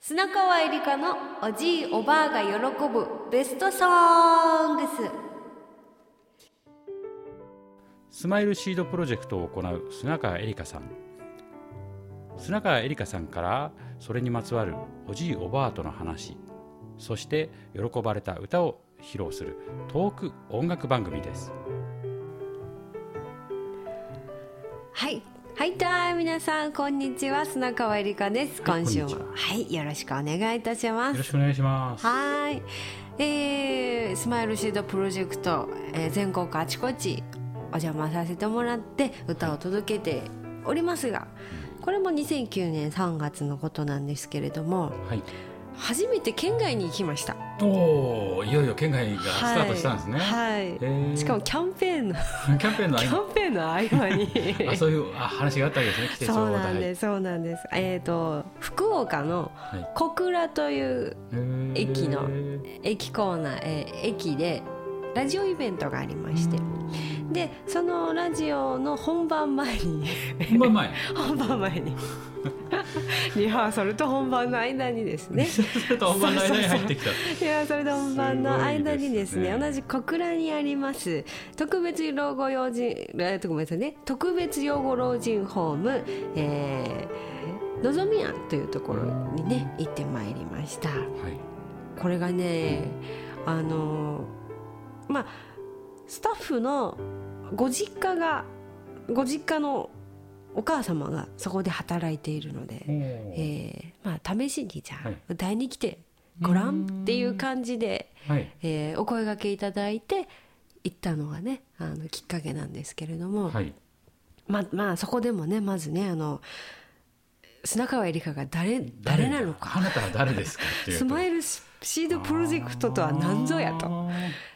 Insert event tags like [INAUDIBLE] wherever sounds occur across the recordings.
砂川えりかのおじいおばあが喜ぶベストソングススマイルシードプロジェクトを行う砂川エリカさん砂川エリカさんからそれにまつわるおじいおばあとの話そして喜ばれた歌を披露するトーク音楽番組ですはいはいたい皆さんこんにちは砂川えりかですはい今週もこんにちははいよろしくお願いいたしまよすろしくお願いしますはい、えースマイルシードプロジェクト、えー全国あちこちお邪魔させてもらって歌を届けておりますがこれも2009年3月のことなんですけれどもはい初めて県外に行きましたおおいよいよ県外がスタートしたんですはね、い、はいえーしかもキャンペーンのキャンペーンの合キ間ャンペーンの合間に [LAUGHS] あそういうあ話があったわけですね来てちょそううなだんいですそうなんですえっ、と福岡のはい小倉というえー駅の駅構内、えー駅でラジオイベントがありましてでそのラジオの本番前に [LAUGHS] 本番前本番前にリハーサルと本番の間にですねそうすると本番の間に入ってきたいやそれで本番の間にですねすごいですね同じ小倉にあります特別老後老人えっとごめんなさいね特別養護老人ホーム、えー、のぞみ庵というところにね行ってまいりましたはいこれがねあのまあスタッフのご実家がご実家のお母様がそこで働いているのでおーえーまあ、試しにじゃあはい歌いに来てごらんっていう感じで、はいえーお声掛けいただいて行ったのがねあのきっかけなんですけれども、はいままあそこでもねまずねあの砂川えりかが誰誰なのかあなたは誰ですかっていうスとマイルシードプロジェクトとは何ぞやとっ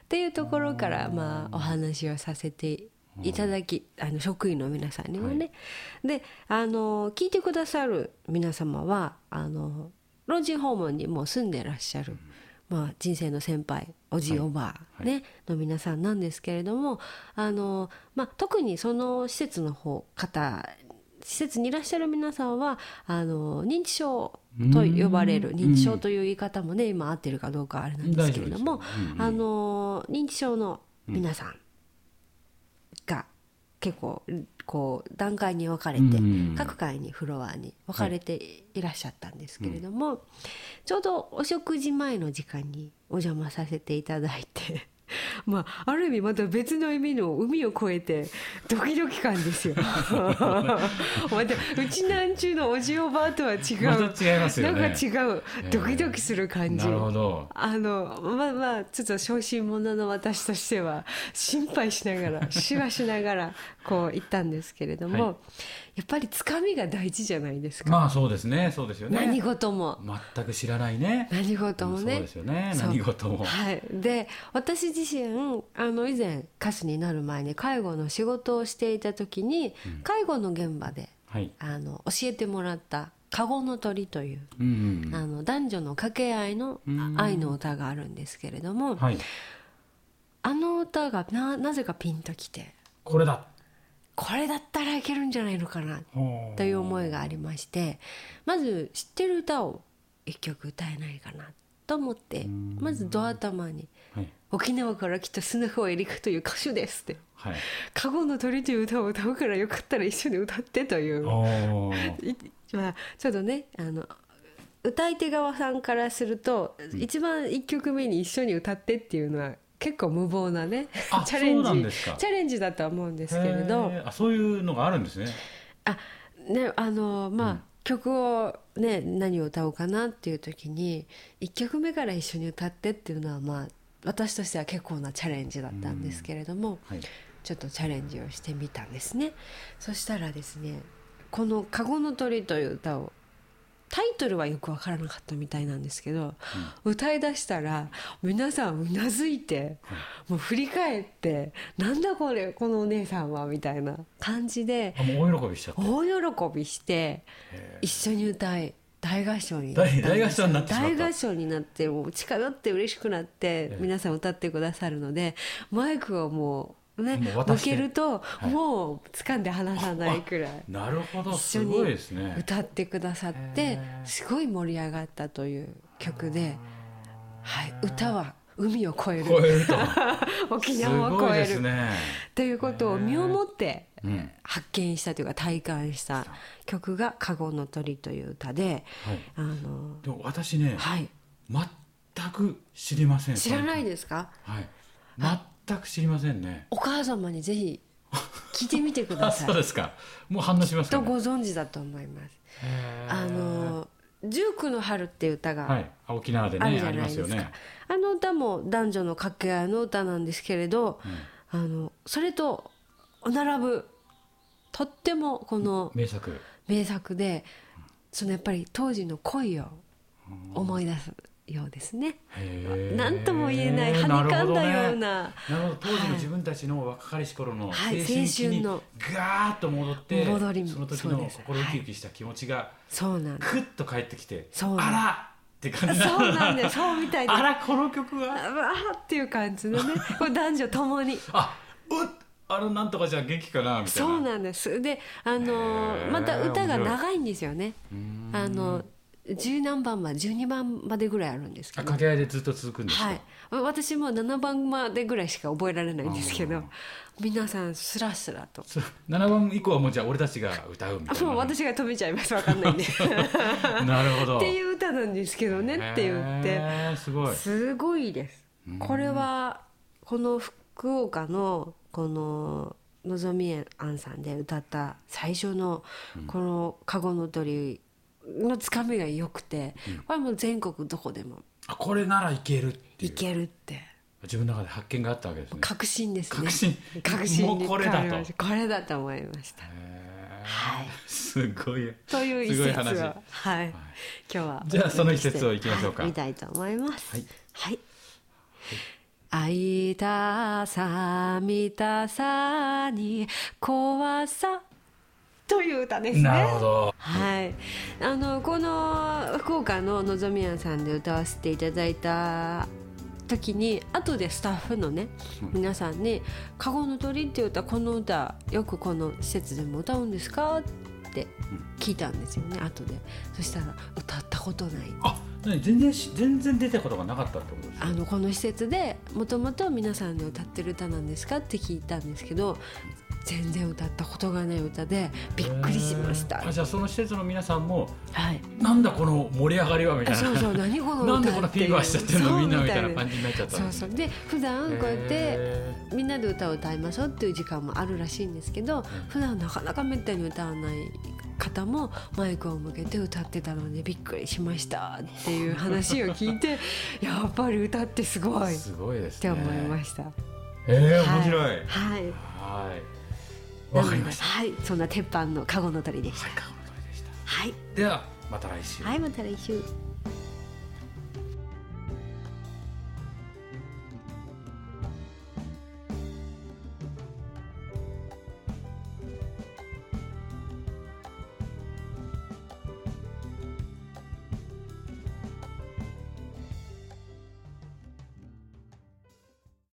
ていうところから、まあ、お話をさせていただき、あの職員の皆さんにもね、であの聞いてくださる皆様はあの老人ホームにもう住んでらっしゃる、まあ、人生の先輩おじいおばあ、ねの皆さんなんですけれどもあの、まあ、特にその施設の方方施設にいらっしゃる皆さんはあの認知症と呼ばれるうん認知症という言い方もね今合ってるかどうかあれなんですけれども大丈夫ですようんうんあの認知症の皆さんが結構こう段階に分かれてうん各階にフロアに分かれていらっしゃったんですけれどもちょうどお食事前の時間にお邪魔させていただいて [LAUGHS] まあある意味また別の意味の海を越えてドキドキ感ですよ。 [LAUGHS] またうちなんちゅうのおじおばあとは違う、また違いますよねなんか違うドキドキする感じ。なるほどあのまあまあちょっと小心者の私としては心配しなが [LAUGHS] らしわしながらこう行ったんですけれども、はいやっぱりつかみが大事じゃないですか、まあそうですねそうですよね何事も全く知らないね何事もそうねです。よねそう何事もはい、で私自身あの以前歌手になる前に介護の仕事をしていた時に、介護の現場ではいあの教えてもらった「カゴの鳥」という、うんうんあの男女の掛け合いの愛の歌があるんですけれども、はいあの歌がななぜかピンときてこれだこれだったらいけるんじゃないのかなほうという思いがありましてまず知ってる歌を一曲歌えないかなと思ってまずドア頭にはい「沖縄から来た砂川エリカという歌手です」ってはい「カゴの鳥」という歌を歌うからよかったら一緒に歌ってというおお [LAUGHS] いまあちょっとねあの歌い手側さんからすると、一番1曲目に一緒に歌ってっていうのは結構無謀なねあチャレンそうなんジですかチャレンジだとは思うんですけれどあそういうのがあるんですねあねあのまあ、曲をね何を歌おうかなっていう時に1曲目から一緒に歌ってっていうのはまあ私としては結構なチャレンジだったんですけれども、はいちょっとチャレンジをしてみたんですねそしたらですねこの「カゴの鳥」という歌をタイトルはよくわからなかったみたいなんですけど、歌いだしたら皆さんうなずいて、もう振り返って「なんだこれこのお姉さんは」みたいな感じであもう大喜びしちゃった大喜びして一緒に歌い大合唱に大大合唱になってしまった大合唱になってもう近寄って嬉しくなって皆さん歌ってくださるのでマイクをもうねもう渡向してけると、いもう掴んで離さないくらいなるほど一緒すにごいですね歌ってくださってへーすごい盛り上がったという曲で、はい、歌は海を越え超るえると沖す縄をごいで越えする、ねっていうことを身をもってうん発見したというか体感した曲が「カゴの鳥」という歌ではいあの、でも私ねはい、全く知りません知らないいですかはい全く知りませんねお母様にぜひ聞いてみてくだ [LAUGHS] あさそうい。ですかもう反応しますかとねご存知だと思います。へーあの19の春っていう歌がはいあ沖縄であるねじあゃりないまですすよか。ねあの歌も男女の掛け合いの歌なんですけれど、あのそれと並ぶとってもこの名作名作で、そのやっぱり当時の恋を思い出すようですね。へーなんとも言えないはなにるかほんどねだようななるほど当時の自分たちの若かりし頃の青はい春期に青春のガーッと戻って、戻りその時そうのです心ウキウキした気持ちがそうなんです。クッと返ってきて、そうなんあらって感じなそうなんです。そうみたいですあ。らこの曲はあわーっていう感じ [LAUGHS] のねこれ男女ともにあうっあのなんとかじゃん元気かなみたいなそうなんですであのへーーまた歌が長いんですよねうーんあの10何番まで12番までぐらいあるんですけあど掛け合いでずっと続くんですか、はい私も7番までぐらいしか覚えられないんですけど皆さんスラスラとそ7番以降はもうじゃあ俺たちが歌うみたいあなもう私が止めちゃいますわかん [LAUGHS] ないんでっなるほどていう歌なんですけどねって言ってへーすごいすごいです。これはこの福岡のこののぞみえあんさんで歌った最初のこの「籠の鳥」のつかみが良くてこれはもう全国どこでもあこれならいけるっていいうけるって自分の中で発見があったわけですね確信ですね確信確信もうこれだとに変わりましたこれだと思いましたへーはいすごいという一すご節い話をはい今日はじゃあその一節をいきましょうかはい見たいと思いますはいはい会いたさ見たさに怖さという歌ですねなるほどはい、あのこの福岡ののぞみやんさんで歌わせていただいた時に後でスタッフのね皆さんに「カゴの鳥」っていう歌この歌よくこの施設でも歌うんですかって聞いたんですよね後でそしたら「歌ったことない」あ何全然し全然出たことがなかったってことですかあのこの施設でもともと皆さんで歌ってる歌なんですかって聞いたんですけど全然歌ったことがない歌でびっくりしましたへーあ。じゃあその施設の皆さんもはいなんだこの盛り上がりはみたいなそうそう何この歌 [LAUGHS] なんでこのピークはしちゃってんそのうみんなみたいな感じになっちゃったそうそうで普段こうやってへみんなで歌を歌いましょうっていう時間もあるらしいんですけど普段なかなかめったに歌わない方もマイクを向けて歌ってたのでびっくりしましたっていう話を聞い [LAUGHS] てやっぱり歌ってすごーいっすごいですてね思いました。えー面白いはい。はいはいわかりましたなのではい、そんな鉄板のカゴの鳥でした。はいカゴの鳥でしたはい、ではまた来週はい、また来週。